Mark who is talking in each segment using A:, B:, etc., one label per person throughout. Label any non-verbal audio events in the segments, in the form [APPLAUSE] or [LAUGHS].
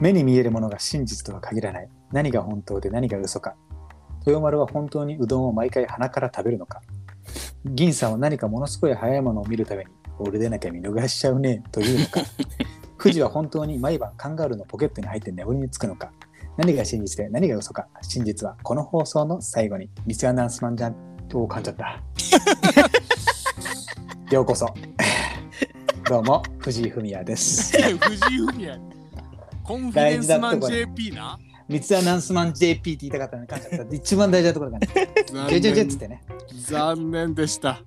A: 目に見えるものが真実とは限らない。何が本当で何が嘘か。豊丸は本当にうどんを毎回鼻から食べるのか。銀さんは何かものすごい早いものを見るために、俺でなきゃ見逃しちゃうね、というのか。富士は本当に毎晩カンガルーのポケットに入って眠りにつくのか。何が真実で何が嘘か。真実はこの放送の最後に、ミスアナウンスマンじゃん、を噛んじゃった。ようこそ。どうも、藤井フミヤです。
B: 藤井フミヤ。コンフィデンスマン JP な。
A: 三ツアナウンスマン JP って言いたかったのに噛んじゃった。一番大事なところだね。
B: 残
A: ジェジェジェっつっ
B: 念
A: てね。
B: 残念でした。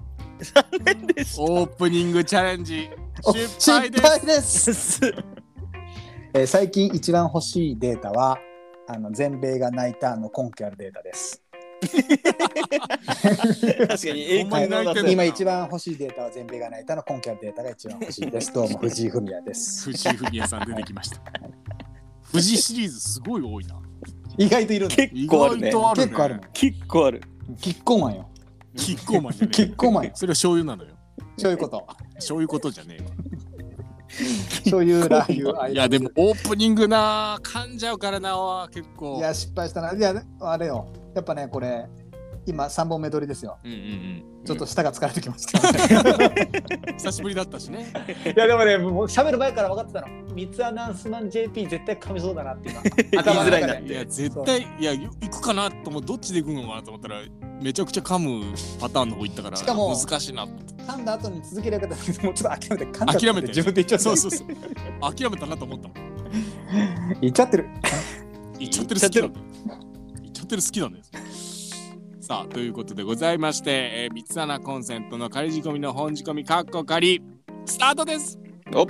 C: でし
B: オープニングチャレンジ
A: お
B: 失敗です。
A: 失ですえー最近一番欲しいデータは、あの全米が泣いたの根拠あるデータです。
C: 確かに影響が
B: そうやな
A: 今一番欲しいデータは全米が泣いたの根拠あるデータが一番欲しいです。 [LAUGHS] どうも藤井フミヤです。
B: 藤井フミヤさん出てきました。富士シリーズすごい多いな。
A: 意外といるんだ。
B: 意
C: 結構ある
B: 外
C: ね
B: とあるね。
A: 結構あるもん。
C: 結構ある
A: キッコーマンよ。
B: キッコーマンじゃねえ
A: キッコーマンよ
B: それは醤油なのよ。
A: そういうこと。
B: そういうことじゃねえよ
A: そういうラー油。
B: いやでもオープニングな噛んじゃうからな結構
A: いや、失敗したな。いや、あれよ。やっぱね、これ、今3本目撮りですよ。
C: うんうん
A: ちょっと舌が疲れてきました。
B: 久しぶりだったしね。
A: いや、でもね、もう喋る前から分かってたの。三つアナウンスマン JP 絶対噛みそうだなって
B: [LAUGHS]
A: 今。頭の中で
C: [LAUGHS] 言いづらいなって
B: いや絶対いやよ行くかなと思うどっちで行くのかなと思ったらめちゃくちゃ噛むパターンの方行ったから
A: しかも
B: 難しいなと思って
A: 噛んだ後に続ける方もうちょっと諦めて噛んだって
B: 諦めて
A: 自分で言っちゃった
B: そうそうそう諦めたなと思ったもん
A: 言っちゃってる。
B: 行っちゃってる好きなんだよ行っちゃってる好きなんだよさあということでございまして、えー、三つ穴コンセントの仮仕込みの本仕込みかっこ仮スタートです
C: お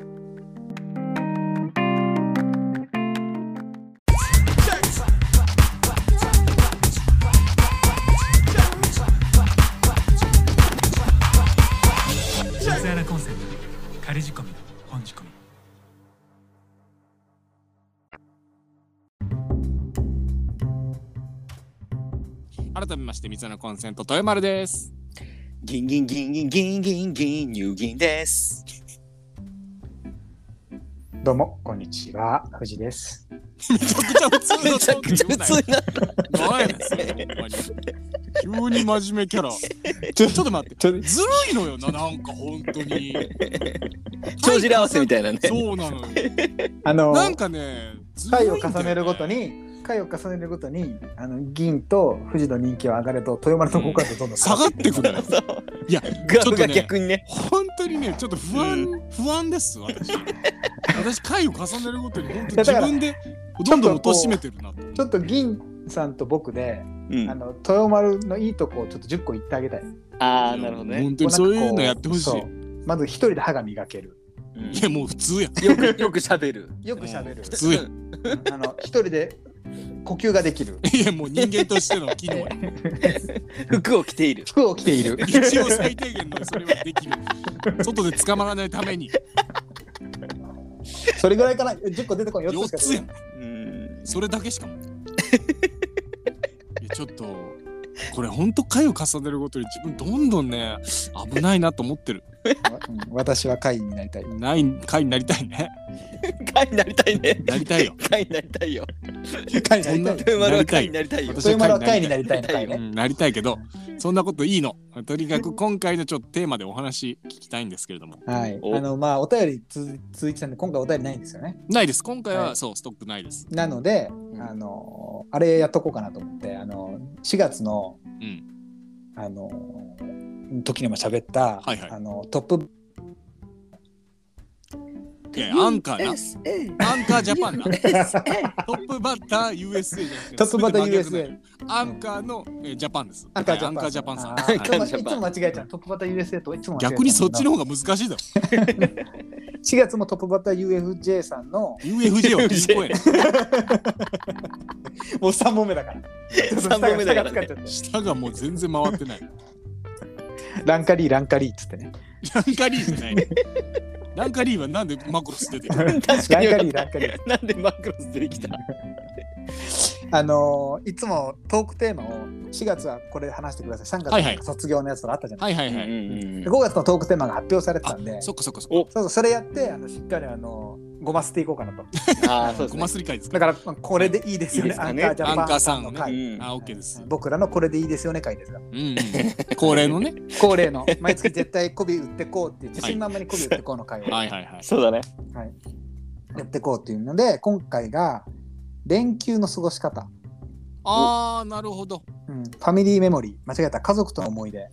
D: 松原コンセント仮仕込みの本仕込み
B: 改めまして三つ穴コンセント豊丸です
C: ギンギンギンギンギンギンギン乳銀です
A: どうも、こんにちは。藤井です。
B: めちゃくちゃ普通
C: め
B: の
C: ちゃ
B: トー
C: くちゃ
B: ク言
C: 普
B: うなよ
C: 通になっ
B: 何やねんそれほんまに急に真面目キャラ
A: ちょ
B: ちょっと待って
A: ちょ
B: ずるいのよな、なんか本当に。
C: た帳尻合わせみたいなね
B: そうなのよ。
A: あの、
B: なんかね、ずるい
A: 回
B: ん
A: を
B: だよね
A: 重ねるごと。に、回を重ねるごとに、あの銀と富士の人気は上がると、豊丸の効果がどんどん
B: 下がってくるよ。
C: そう
B: いや、
C: グラ
B: ちょっと
C: フが
B: ね、
C: 逆にね
B: 本当にね、ちょっと不安、不安です、私。私、回を重ねるごとに、本当
A: いやだ
B: 自
A: から
B: 分でどんどん貶めてるなと。
A: ちょっと銀さんと僕で、
C: うん
A: あの豊丸のいいとこをちょっと10個言ってあげたい。
C: ああなるほどね
B: 本当にそういう
A: こ
B: の
A: なんかこ
B: やってほし
A: そう
B: い。
A: まず一人で歯が磨ける。
C: うん
B: いや、もう普通や。
C: よくよく喋る
A: よく喋る
B: 普。通や。 [LAUGHS]
A: あの一人で呼吸がで [LAUGHS] きる。
B: いや、もう人間としての機能や。
C: 服を着ている
A: 服を着ている。
B: 一応最低限のそれはできる。外で捕まらないために、
A: それぐらいかな。10個出てこい。4つ
B: 4
A: しか出てこ
B: つ
A: ない
B: や。
C: うん
B: それだけしかも。いやちょっとこれほんと回を重ねるごとに自分どんどんね危ないなと思ってる。
A: わうん [LAUGHS] 私は会員になりたい。
B: ない回になりたいね。
C: 会になりたいね
B: なりたいよ。
C: 会になりたいよ
A: 会
B: 員になりた
C: 豊丸は会になりたいよ
B: なり
A: そういうものは会員に
B: に
A: な
B: な
A: り
C: り
A: た
C: た
A: い
C: い
A: の会
C: の会
B: う
A: ね。
B: んなりたいけどそんなこといいの。とにかく今回のちょっとテーマでお話聞きたいんですけれども。
A: はい。
C: お
A: あのまあお便りつ続いてたんで今回お便りないんですよね。
B: ないです。今回は、
A: はい
B: そうストックないです。
A: なので、
C: ん
A: あのあれやっとこうかなと思ってあの4月の
B: うん。
A: あの時にも喋った、
B: はいはい
A: あのトップ
B: いやアンカーな。アンカージャパンな。
A: [LAUGHS]
B: トップバッター USA じゃなくて
A: トップバッター
B: 全て真逆だよ
A: USA。
B: アンカーの、えージャパンです。
A: アンカージャパン
B: はいアンカージャパン
A: あ
B: さん。はい
A: ーいつもいつも間違えちゃう。トップバッター USA といつも間違えちゃう
B: 逆にそっちの方が難しいだろ。
A: 4月もトップバッター UFJ さんの
B: UFJ はピンポイント
A: もう3本目だ [LAUGHS] から。
C: 三本目だから
A: 下が疲
C: ね
A: れちゃって
B: 下がもう全然回ってない。
A: ランカリーランカリーっつってね。
B: ランカリーじゃない。ランカリーはなんでマクロス出てる
C: 確か
A: ランカリ
C: に
A: ーランカリー。
C: なんでマクロス出てきた
A: あのーいつもトークテーマを4月はこれで話してください3月
B: はいはい
A: は卒業のやつとかあったじゃない、
B: はいはい
C: うんう
B: はい。
C: んうん
A: で5月のトークテーマが発表されてた
B: あ
A: んで、そ
B: そっかそっかそっか。
A: うそうそれやってあのしっかりあのーごますっていこうかなと。
C: ああ、そうです
B: ご
C: ね
B: ま。すり会です
A: だ
B: か
A: から、まあこれでいいですよね、
C: いいです
A: ア
C: か
A: ン
C: ね
A: カージャ
B: アン
A: パ
B: カー
A: ン
B: さ
A: さ
B: ん
A: ん
B: の
A: の
B: ね
A: 回。
C: うん
B: あ、OK です。
A: 僕らのこれでいいですよね回ですが
B: うんうん、恒例のね。
A: 恒例の毎月絶対媚び売ってこうっていう自信満々に媚び売ってこうの回をや
B: はいはいはい。
C: そうだね。
A: ってこうっていうので今回が連休の過ごし方、
B: あー、なるほど。
A: うん、ファミリーメモリー間違えた家族との思い出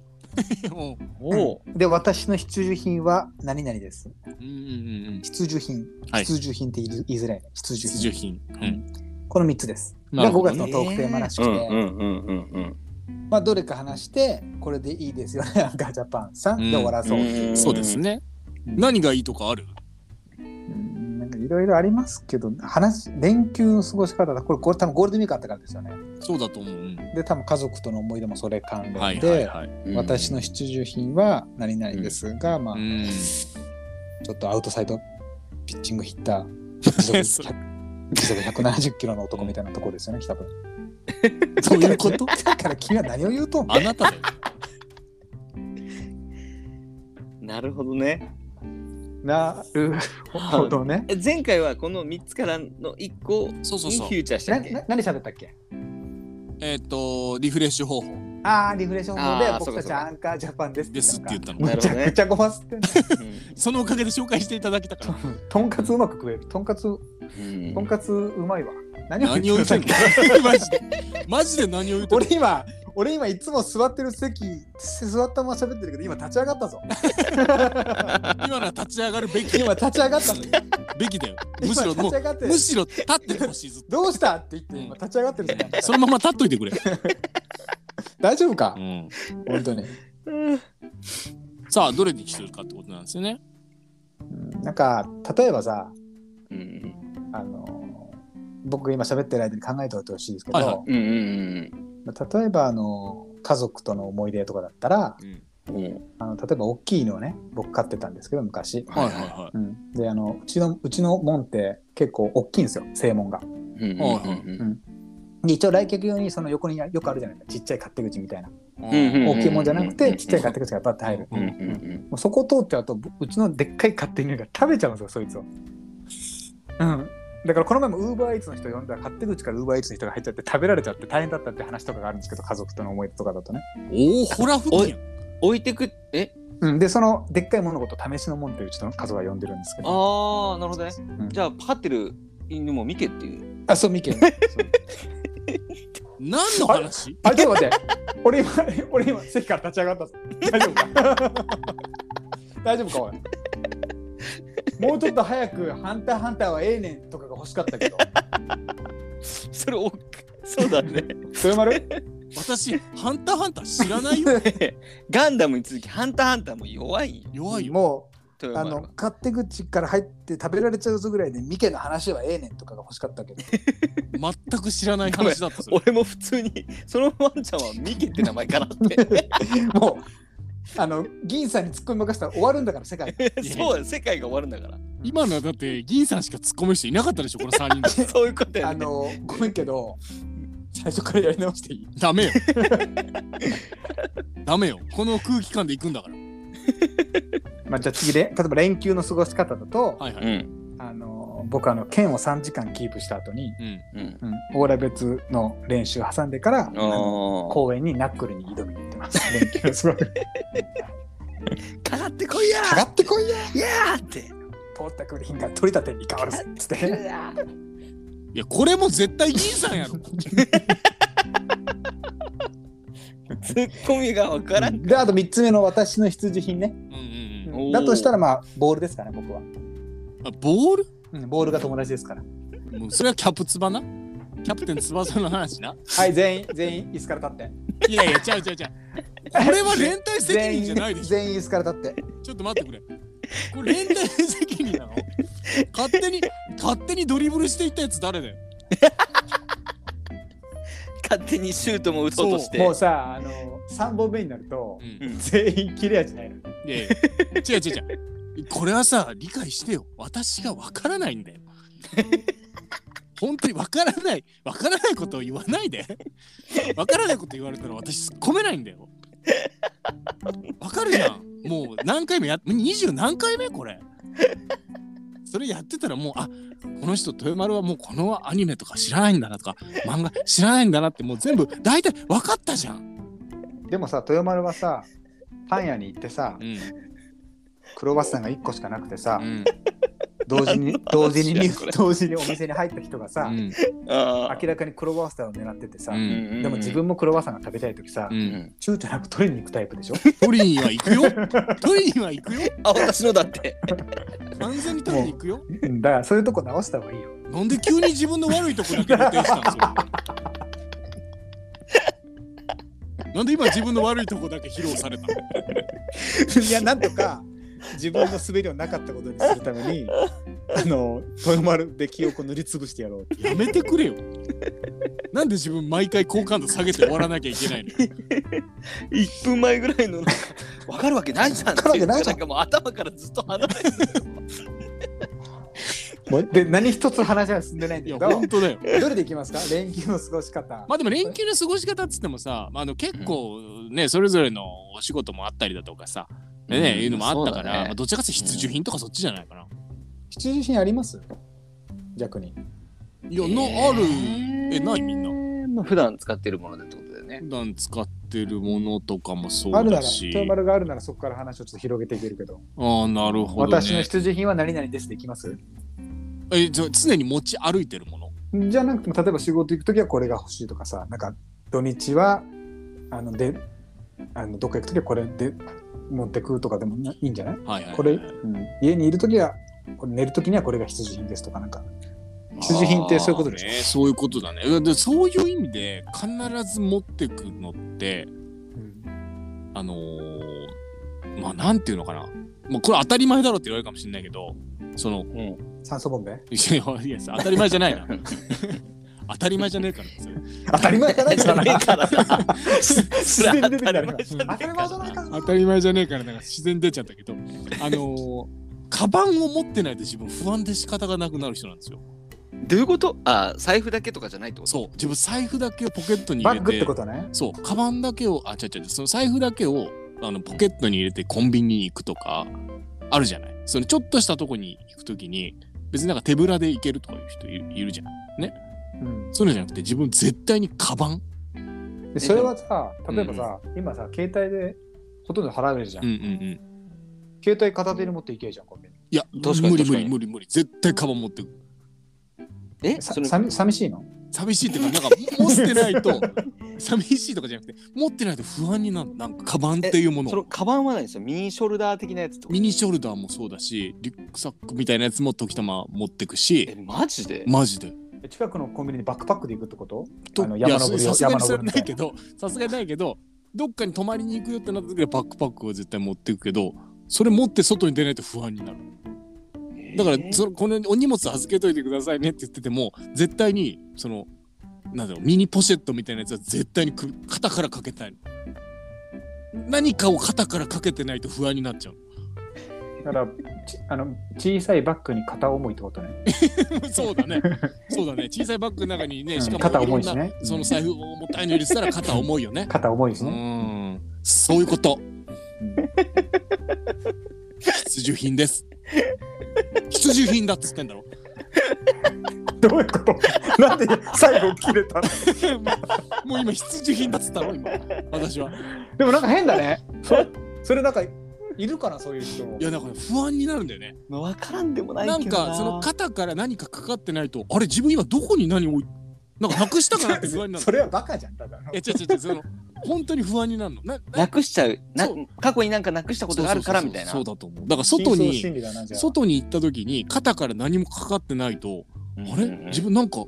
B: おう
C: おお。
A: で私の必需品は何々です
B: うんうんうんうん。
A: 必需品
B: はい
A: 必需品って言い言いづらいね必需
B: 必
A: 品
B: 需品。うん。
A: この3つです
B: なる
A: が
B: ほ
A: 5
B: ど
A: 月
B: ね
A: のトークテーマらし
C: う
A: くて、
C: んうんうんうんうん。
A: まあどれか話してこれでいいですよね [LAUGHS] アンカージャパンさんで終わらそう、
C: うん
B: そうですね。
A: うん
B: 何がいいとかある
A: うんなんかいろいろありますけど話連休の過ごし方だこれこれ多分ゴールデンウィークあったからですよね
B: そうだと思ううん。
A: で多分家族との思い出もそれ関
B: は
A: 連
B: い
A: で、
B: はいはい。
C: うん
A: 私の。必需品は何々ですが、まあ、
B: うん。
A: ちょっとアウトサイドピッチングヒッター時
B: [LAUGHS] そ
A: 速100時速170キロの男みたいなところですよね多
B: [LAUGHS]
A: 分
B: どういうこと
A: だから君は何を言うとん
B: あなただよ。
C: なるほどね。
A: なるほどね
C: え前回はこの三つからの一個に
B: そう
C: フ
B: そうそう
C: ュ。ーチャーした
A: な
C: っけ
A: な。何喋ったっけ
B: えっ、と、リフレッシュ方法
A: ああリフレッション法
C: あ
A: で
C: ー
A: 僕た
C: そうかそ
A: ち
C: うか
A: アンカージャパンですって言
B: で
A: った
B: すっ
A: の
B: て
A: かむ
B: 言ったの。
C: なる
A: ちゃ
C: ほどね
A: くちゃごますってんの
B: そのおかげで紹介していただけた
A: [LAUGHS]
B: から。
A: とんかつうまく食えるとんかつ
C: うん
A: とんかつうまいわ何
B: 何を言ってん
A: の
B: のマジで。マジで何を言ってんの
A: 俺今俺今いつも座ってる席座ったまま喋ってるけど今立ち上がったぞ
B: 今のは立ち上がるべき
A: 今立ち上がったの
B: べきだよ。む
A: 今
B: しろ
A: 立
B: も
A: ち上
B: う、
A: がって
B: むしろ立っててほしいずっと
A: どうしたって言って今立ち上がってるじゃん
B: そのまま立っといてくれ。
A: 大丈夫か
B: うん
A: 本当に
C: うん
B: さあ、どれにするかってことなんですよね。
A: なんか例えばさ
C: うん
A: あの僕が今喋ってる間に考えておいてほしいですけど、
B: はいは
C: うんうん
A: 例えばあの家族との思い出とかだったら
C: うんうん。
A: あの例えば大きいのをね僕飼ってたんですけど昔、
B: はいはいは
A: うん、であのうちのうちの門って結構大きいんですよ正門が
C: い。うん
B: はいはい
C: うん
A: で一応来客用にその横によくあるじゃないですかちっちゃい勝手口みたいな、
B: い。
C: うんうん
A: 大きいもんじゃなく
C: うんうん
A: て
C: うん
A: ちっちゃい勝手口がバッて入る、
B: うん
C: うんうん
A: もうそこを通っちゃうとうちのでっかい勝手犬が食べちゃうんですよそいつをうんだからこの前もウーバーイーツの人呼んだら勝手口からウーバーイーツの人が入っちゃって食べられちゃって大変だったって話とかがあるんですけど家族との思い出とかだとね、
B: おお、ほら、ふきやん。
C: 置いてくえ
A: うん、でそのでっかい物事試しのもんってうちの家族は呼んでるんですけど
C: ああなるほどね
A: うん
C: じゃあ飼ってる犬も見てっていう
A: あそうミケ
B: 何の話
A: あちょっと待って俺今俺今席から立ち上がったぞ大丈夫か
C: [LAUGHS]
A: 大丈夫かおいもうちょっと早く「ハンターハンターはええねん」とかが欲しかったけど
C: それおっそう
A: [LAUGHS]
C: だね
A: 豊丸
B: 私、ハンターハンター知らないよ。
C: ガンダムに続きハンターハンターも弱いよ
B: 弱いよ。
A: も
C: という
A: うあの勝手口から入って食べられちゃうぞぐらいでミケの話はええねんとかが欲しかったけ [LAUGHS] ど
B: 全く知らない話だった。それ
C: 俺も普通にそのワンちゃんはミケって名前かなって
A: もうあの銀さんに突っ込み任せたら終わるんだから世 [LAUGHS] 界
C: [LAUGHS] そうだよ世界が終わるん
A: [LAUGHS]
C: だから
B: 今のはだって、銀さんしか突っ込む人いなかったでしょ、この3人で。
C: そういうこと
A: あ
C: やね
A: のごめんけど最初からやり直していい
B: ダメよ。ダメよ。この空気感で行くんだから。
A: まあじゃあ次で例えば連休の過ごし方だと、
B: はいは
C: う
B: い。
C: ん
A: あの僕あの剣を3時間キープした後に、
B: うん。
C: うん
A: うん、オーラ別の練習挟んでからあ
C: あ
A: の
C: ー
A: 公園にナックルに挑みに行ってます連休の過ごし
C: かかってこいや
A: 方上がってこ [LAUGHS] いや
C: いやーって
A: 通ったくりひんが取り立てに変わるっつって
B: いや、これも絶対銀さ
A: [LAUGHS]
B: んやろ。
C: ツッコミがわからん
A: であと3つ目の私の必需品ね、
B: うんうんうん。
C: おー
A: だとしたらまあボールですかね僕は、
B: あ、ボール
A: うん、ボールが友達ですから
B: もうそれはキャプツバな。キャプテン翼の話な。
A: はい全員全員椅子から立って
B: いやいや、ちゃうちゃうちゃう。これは連帯責任じゃないで
A: [LAUGHS]
B: しょ。
A: 全員全員椅子から立って
B: ちょっと待ってくれ。これ連帯責任なの勝手に、勝手にドリブルしていったやつ誰だよ。
C: 勝手にシュートも打とうとして
A: もうさあの3本目になると
B: うん。
C: うん
A: 全員切れ味ないの
B: いやいや、違う違う違う。これはさ、理解してよ。私がわからないんだよ。本当にわからない、わからないことを言わないで。わからないこと言われたら私突っ込めないんだよ。わかるじゃん。もう何回もやっ、二十何回目これ。それやってたらもうあこの人豊丸はもうこのアニメとか知らないんだなとか漫画知らないんだなってもう全部大体分かったじゃん。
A: でもさ豊丸はさパン屋に行ってさ
B: うん
A: クロワッサンが1個しかなくてさ
B: うん
A: 同時
B: [LAUGHS]
A: に同時に
C: 知らんこれ
A: 同時にお店に入った人が
B: う
A: さ
B: ん
C: あ
A: 明らかにクロワッサンを狙っててさ
B: うん
A: でも自分もクロワッサンが食べたい時さ
B: うん
A: 躊躇なく取りに行くタイプ
B: [LAUGHS]
A: でしょ
B: 取りには行くよ取りには行くよ
C: あ私のだって
B: 完全に取りに行くよ
A: うんだからそういうとこ直した方がいいよ
B: なんで急に自分の悪いとこだけ露呈したんですよなんで今自分の悪いとこだけ披露されたの
A: いや、なんとか自分の滑りをなかったことにするため [LAUGHS] に、あの、豊丸で記憶を塗りつぶしてやろうって。
B: やめてくれよなんで自分毎回好感度下げて終わらなきゃいけないのよ
C: 1分前ぐらいのなんか分かるわけないじゃん
A: わかるわけないじゃん
C: ってうのがなんかもう頭からずっと離れ
A: で、
C: て
A: 何一つ話は進んでないん
B: い
A: だ
B: や
A: けど
B: 本、当だよ
A: どれでいきますか連休の過ごし方。
B: まあでも連休の過ごし方っつってもさ、まあ、あの結構ね、それぞれのお仕事もあったりだとかさ、ね
C: うん
B: いうのもあったから、
C: そうだね
B: まあ、どちらかというと必需品とかそっちじゃないかな。
A: 必需品あります逆に。
B: いや、なあるえないみんな
C: な普段使ってるものでってことだよね
B: 普段使ってるものとかもそ
A: あ
B: う
A: るな
B: だ
A: ら、
B: し。
A: 豊丸があるならそこから話をちょっと広げていけるけど、
B: ああ、なるほど、ね。
A: 私の必需品は何々ですでいきます
B: えじゃあ常に持ち歩いてるもの。
A: じゃなくても、例えば仕事行くときはこれが欲しいとかさ、なんか土日は、あの、で、あのどっか行くときはこれで持ってくとかでもいいんじゃない
B: はいはいはい。
A: これ、うん、家にいるときは、これ寝るときにはこれが必需品ですとか、なんか、必需品ってそういうことでしょ
B: ね、そういうことだね。うんでそういう意味で必ず持ってくのって、あのーまあなんていうのかな。もうこれ当たり前だろって言われるかもしれないけど、その、 [LAUGHS]
A: 酸素ボンベ
B: いやいや当たり前じゃ
A: [LAUGHS]
B: ないな。当たり前じゃねえからそれ
A: 当たり前じゃないか
C: じゃ
A: ら
C: ね
A: な。
C: え
A: [LAUGHS]
C: からさ
A: 自然に出て
C: [LAUGHS]
A: きたから
C: 当たり前じゃねえから
A: 当たり前じゃないからな
B: 当たり前じゃねえからなんか自然に出ちゃったけど、あのー、カバンを持ってないと自分不安で仕方がなくなる人なんですよ。
C: どういうことあ財布だけとかじゃないってこと
B: そう、自分財布だけをポケットに
A: バ
B: 入れ
A: ッ
B: て。
A: グってことね。
B: そう、カバンだけを、あ、違う違う、その財布だけをあのポケットに入れてコンビニに行くとか、あるじゃない。そのちょっとしたとこに行くときに、別になんか手ぶらで行けるとかいう人いるいるじゃん。
A: うん、
B: そういうのじゃなくて、自分絶対にカバン。
A: でそれはさ、例えばさ、今さ、携帯でほとんど払えるじゃん。
B: うんうんうん。
A: 携帯片手に持っていけるじゃん、コンビニ。
B: いや、
C: 確かに
B: 無理
C: 確
B: 無
C: かに
B: 理無理無理。絶対カバン持ってく。
C: え
A: さ
C: それ
A: さみ寂しいの
B: 寂しいっていうか、なんか持ってないと、寂しいとかじゃなくて、持ってないと不安になる。なんかカバンっていうも
C: その
B: の。
C: カバンはないですよミニショルダー的なやつってこと
B: ミニショルダーもそうだし、リュックサックみたいなやつも時たま持ってく
C: え
B: し、
C: マジで
B: マジで。
A: え近くのコンビニにバックパックで行くってこと
B: と
A: あの
B: いや
A: 山登りを
B: さすがに
A: 山
B: そ
A: 登
B: れは
A: りみ
B: な
A: たい
B: いけどさすがにないけどどっかに泊まりに行くよってなった時はバックパックは絶対持っていくけどそれ持って外に出ないと不安になるだから、
C: えー
B: そのこのお荷物預けといてくださいねって言ってても絶対にそのなんだろうミニポシェットみたいなやつは絶対に首肩からかけたいの何かを肩からかけてないと不安になっちゃう [LAUGHS]
A: だから、ちあの小さいバッグに片思いってことね。
B: そうだねそうだね小さいバッグの中にねしかも
A: 片思い
B: ろ
A: し
B: んな
A: ね。
B: その財布を重たいの入れてたら肩重いよね
A: 片思いし
B: う
A: ね。
B: んそういう [LAUGHS] こと必需品です。必需品だっつってんだろ。 [LAUGHS]
A: [LAUGHS] どういうことなんで最後切れたの
B: もう今必需品だっつったろ今。私は。
A: でもなんか変だね。 [LAUGHS] それ、それなんか、いるかな、そういう人も
B: い。やだから不安になるんだよね。
C: まあわからんでもない
B: なん
C: けどな
B: かその肩から何かかかってないと、あれ自分今どこに何置いなんかなくしたかなって不安 [LAUGHS] にな
A: [LAUGHS]
B: る。
A: それはバカじゃん、ただの。
B: え違う違う違うその本当に不安になるの。な
C: なくしちゃうな
B: そう
C: 過去になんかなくしたことがあるからみたいな
B: そうそうそうそうだと思う。だから
A: 深
B: 外
A: 層心
B: に
A: 理だなじゃあ
B: 外に行った時に肩から何もかかってないと、
C: うん
B: あれ
C: うんうん
B: 自分なんか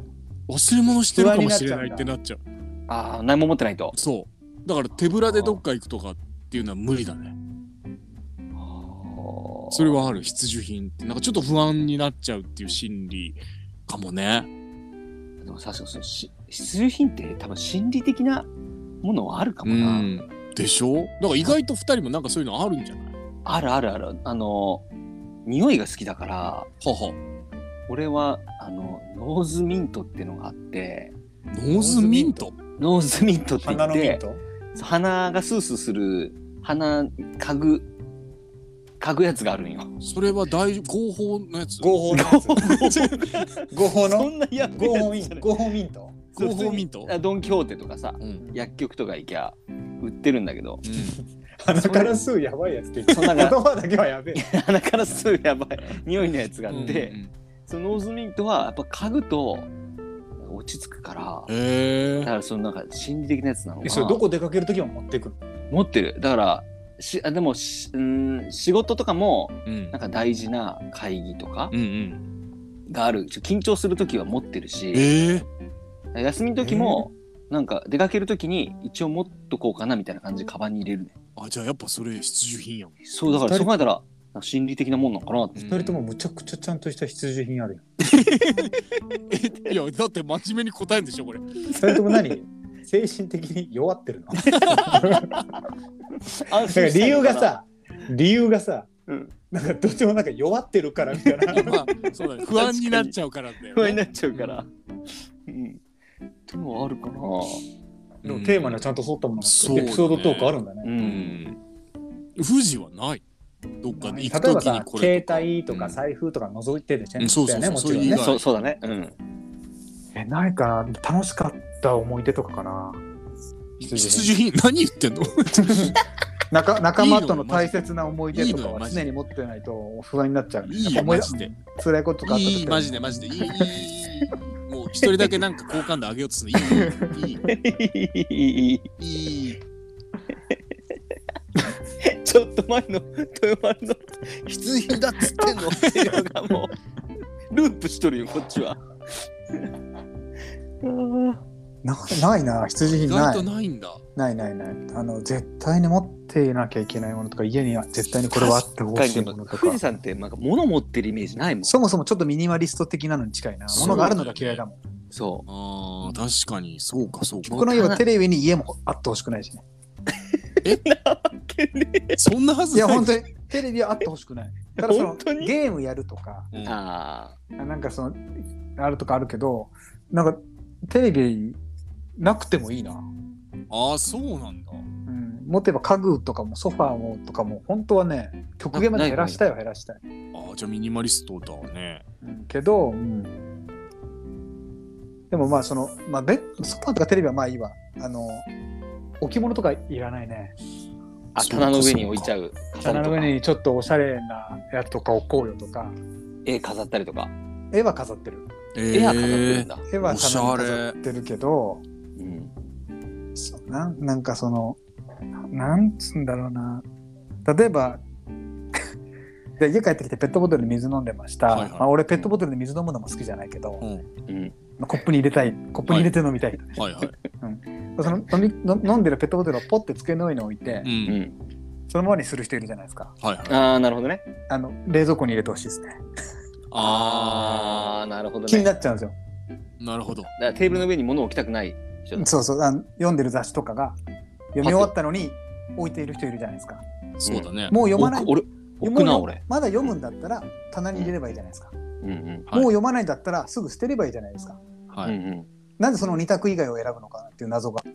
B: 忘れ物してるかもしれないってなっちゃう。
C: ああ何も持ってないと
B: そう。だから手ぶらでどっか行くとかっていうのは無理だね。それはある必需品ってなんかちょっと不安になっちゃうっていう心理かもね。
C: でも確かにそのし必需品って多分心理的なものはあるか
B: う
C: もな、
B: ん。でしょだから意外と二人もなんかそういうのあるんじゃないは
C: あるあるあるあの匂いが好きだから
B: は。
C: 俺はあのノーズミントっていうのがあって
B: ノーズミント。
C: ノーズミントって言
A: 花
C: っ
A: のミン
C: て
A: ト
C: 鼻がスースーする鼻家具嗅ぐやつがあるんよ。
B: それは大合法のやつ
A: 合法のやつ合法
C: そ
A: の
C: んなやつ
A: 合法ミント合法ミント
C: そう
B: 合法ミン
C: [LAUGHS]
B: ト
C: あドン・キホーテとかさ、
B: うん
C: 薬局とか行きゃ売ってるんだけど、
A: 鼻から吸うやばいやつって言
C: そんな
A: 葉
C: が
A: だけはやべえ
C: 鼻から吸うやばい匂いのやつがあ
B: うん
C: って、
B: うん
C: そのノーズミントはやっぱ嗅ぐと落ち着くから、
B: へ
C: だ
B: え
C: からそのなんか心理的なやつなの
A: え
C: か
A: それ
C: な
A: どこ出かける時も持ってくの
C: 持ってるだからしあでもしうーん仕事とかも
B: うん
C: なんか大事な会議とか
B: うんうん
C: があるちょ緊張する時は持ってるし、
B: ええ
C: 休みの時もなんか出かける時に一応持っとこうかなみたいな感じでカバンに入れるね
B: あじゃあやっぱそれ必需品やん
C: そうだか
A: 二
C: ら
A: 人
C: そこやったら心理的なもんなのかな [LAUGHS] って
B: 二
A: 二人ともむちゃくちゃちゃんとした必需品あるよ
B: いやだって真面目に答えんでし
A: [LAUGHS]
B: ょこれ
A: それとも何精神的に弱ってる [LAUGHS] のだ
C: [LAUGHS] 安
A: から
C: 心した
A: 理
C: い
A: 由
C: の
A: が
C: か
A: [LAUGHS]
C: な
A: さ理由がさ、
C: うん
A: なんかどっちもなんか弱ってるからみたいな
B: まあそうだね不安になっちゃうからだよ
C: 不安に
B: ね
C: なっちゃうからうんでもあるかな
A: でもテーマにはちゃんと沿ったものが、
B: そうだ
A: エ
B: ね
A: ピソードトークあるんだね、
C: う
B: うんん富士はないどっか
A: 例
B: で
A: え
B: 行く
A: ば
B: 時
A: さ
B: にこ
A: 携
B: れとか
A: 帯とか財布とか覗いてるじゃん、
B: うんそうそう
A: だよねも
B: そう
A: ちろん
B: そういう
A: ね
B: 以外
C: そうそうだねうん
A: えないかな楽しかった思い出とかかな
B: 必需品何言ってんの
A: 仲仲間との
B: いいのマジ
A: 大切な思い出とか
B: いいのマ
A: は
B: ジで
A: 常に持ってないと不安になっちゃう。
B: いい
A: やっぱ
B: よ
A: 思
B: マ
A: い
B: ジで
A: 辛いこととかあった時
B: いいマジでマジでいいいいいいもう一人だけなんか好感度上げようとするのいいいいいいい
C: [LAUGHS] ちょっと前の豊丸の必需品だっつってんのっていうのがもうループしとるよこっちは。
A: なないな必需
B: 意
A: 品
B: 外
A: な
B: と
A: い
B: ないんだ
A: ないないないあの絶対に持っていなきゃいけないものとか家には絶対にこれはあってほしいものとか
C: 富士山ってなんか物持ってるイメージないもん。
A: そもそもちょっとミニマリスト的なのに近いな
B: そう
A: 物があるのが嫌いだもん
C: そ
B: あー確かにそうかそうか
A: この家はテレビに家もあってほしくないしね
C: [LAUGHS]
B: そんなはず
A: いや
B: ない
A: 本当にテレビはあってほしくないただその
C: 本当に
A: ゲームやるとか
B: う
C: う。
B: ん
C: あ
A: なんかそのあるとかあるけどなんかテレビなくてもいいな
B: ああそうなんだ
A: うん、持てば家具とかもソファーもとかも本当はね極限まで減らしたいは減らしたい、
B: ああじゃあミニマリストだね
A: うんけど、うん、でもまあその、まあ、ベッソファーとかテレビはまあいいわあの置物とかいらないね
C: あ
B: そうか
C: 棚の上に置いちゃう。
A: 棚の上にちょっとおしゃれなやつとか置こうよとか
C: 絵飾ったりとか。
A: 絵は飾ってる
B: え
C: 絵は飾ってるん
B: え
C: だ。
A: 絵は棚に
B: おしゃれ
A: 飾ってるけど
C: うん
A: そなんなんかそのなんつうんだろうな例えば [LAUGHS] で家帰ってきてペットボトルで水飲んでました、
B: はいはい
A: まあ、俺ペットボトルで水飲むのも好きじゃないけど、
B: うん
C: うん
A: まあコップに入れたいコップに入れて飲みたい、
B: はいはい
A: その飲み飲飲んでるペットボトルをポッて机の上に置いて、
B: う
C: うんん。
A: そのままにする人いるじゃないですか
B: はいはい
C: ああなるほどね。
A: あの冷蔵庫に入れてほしいですね
B: あ
C: あーなるほど
A: 気に
C: ね。
A: な
C: だか
A: っちゃうんですよ、
B: あなるほど
C: らテーブルの上に物を置きたくない人だ。
A: そうそうあの読んでる雑誌とかが読み終わったのに置いている人いるじゃないですか
B: そうだね
A: もう読まない
C: 置く俺置くな俺。
A: まだ読むんだったら棚に入れればいいじゃないですか、
C: うんう
B: は
C: ん。
B: い
A: もう読まないんだったらすぐ捨てればいいじゃないですか
B: は
C: う
B: い
C: んうん。
A: なんでその2択以外を選ぶのかなっていう謎が
B: え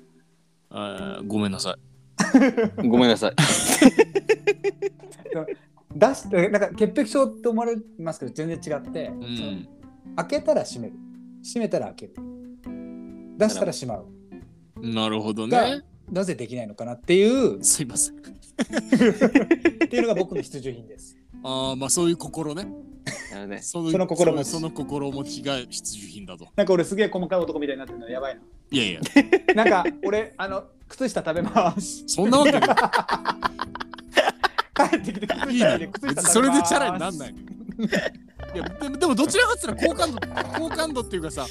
B: ーごめんなさい
C: ごめん
A: [LAUGHS]
C: なさい。
A: 出してなんか潔癖症って思われますけど全然違って、
B: うん
A: 開けたら閉める閉めたら開ける出したらしまう
B: なるほど
A: が
B: ね
A: なぜできないのかなって [LAUGHS] いうっ
B: すいません
A: ていうのが僕の必需品です。
B: ああまあそういう心ね
C: なるほどね。
B: その
A: その心持ち
B: そのその心持ちが必需品だと
A: なんか俺すげえ細かい男みたいになってるのやばい
B: いやいや
A: な。なんか俺あの靴下食べます。
B: そんなわけな
A: 帰ってきて靴
B: いいい
A: 下 [LAUGHS]
B: の
A: で
B: よ
A: 靴
B: 別
A: 下
B: にそれでチャラになん
A: い。
B: ないのよいやでもでもどちらかっつったら好感度好感度っていうかさ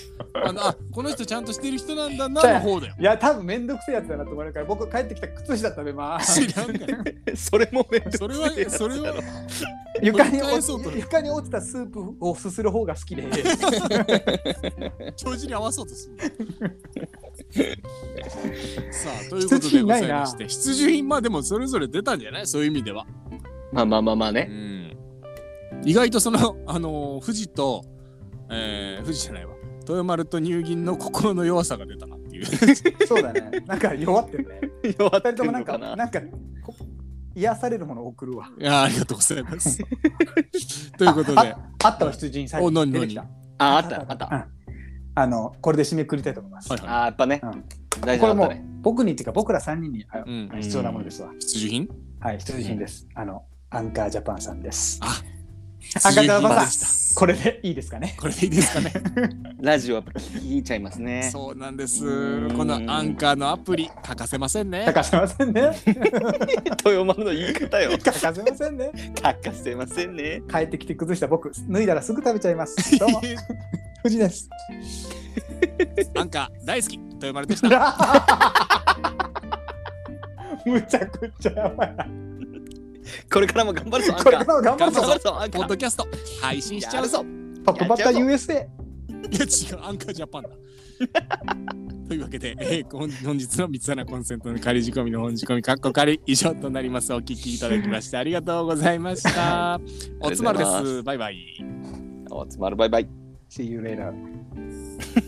B: あのあこの人ちゃんとしてる人なんだなの方だよ
A: いや多分めんどくせえやつだなと思われるから僕帰ってきたら靴下食べます。
B: 知らんから
C: それもめんどく
B: それはそれは
A: 床に
B: 取り返そうと
A: 落ち床に落ちたスープをすする方が好き
B: [LAUGHS]
A: で。
B: 帳尻合わそうとするのさあというこ
A: 必
B: と
A: 需
B: で
A: 品
B: ご
A: な
B: ざ
A: い
B: い
A: な
B: まして必需品まあでもそれぞれ出たんじゃないそういう意味では、
C: まあまあまあまあね。
B: 意外とそのあのー富士と、えー、富士じゃないわ豊丸と乳銀の心の弱さが出たなっていう
A: そうだね。なんか弱ってるね。
C: 弱っ
A: 二人ともなんかなんかこ癒されるものを送るわ。
B: いやありがとうございます。とい
A: [LAUGHS]
B: うことで
A: あ、あったわ、羊に最後
B: お何
A: 出てきた。
C: あ、あった、あった。
A: うんあの、これで締めくくりたいと思います。
B: はいは
C: あ、やっぱね
A: う。
C: 大
A: こ
C: 事
A: れ
C: だ
A: もう
C: ったね。
A: 僕にっていうか僕ら3人にあ
B: い。うん。
A: 必要なものですわ。
B: 必需品
A: はい、必需品です。あの、アンカージャパンさんです。
B: あ
A: アンカージャ
B: 必需
A: パ
B: 品
A: ン
B: で
A: さ
B: し
A: ん、これでいいですかね。
B: た。これでいいですかね。
C: ラジオはやっぱ聞いちゃいますね。
B: そうなんです
C: う。ん
B: このアンカーのアプリ、欠かせませんね
A: 欠。かせません
B: [LAUGHS]
A: ね。
C: 豊丸の言い方よ。
A: 欠かせませんね。
C: 欠かせませんね。
A: 帰ってきて崩した僕、脱いだらすぐ食べちゃいます。 [LAUGHS] どうも、藤井 [LAUGHS] です。
B: アンカー大好き、豊丸でした。
A: むちゃくちゃやばいな。
C: [LAUGHS] これからも頑張るぞ、アン
A: こ
C: カ
A: れか
C: ー。
A: らも頑張る
C: 頑張
A: ぞ。
C: るぞ、アンカ
B: ポッ
C: ー。
B: ドキャスト、配信しちゃうぞ。
A: トップバッター
C: や
A: USA。
B: いや違う、アンカージャパンだ。 [LAUGHS] というわけで、えー、本本日の三つ穴コンセントの仮仕込みの本仕込み、かっこ仮以上となります。お聞きいただきましてありがとうございました。おつまるで
C: ありがとうござい
B: す。バイバイ。
C: おつまる、バイバイ。
A: See you later.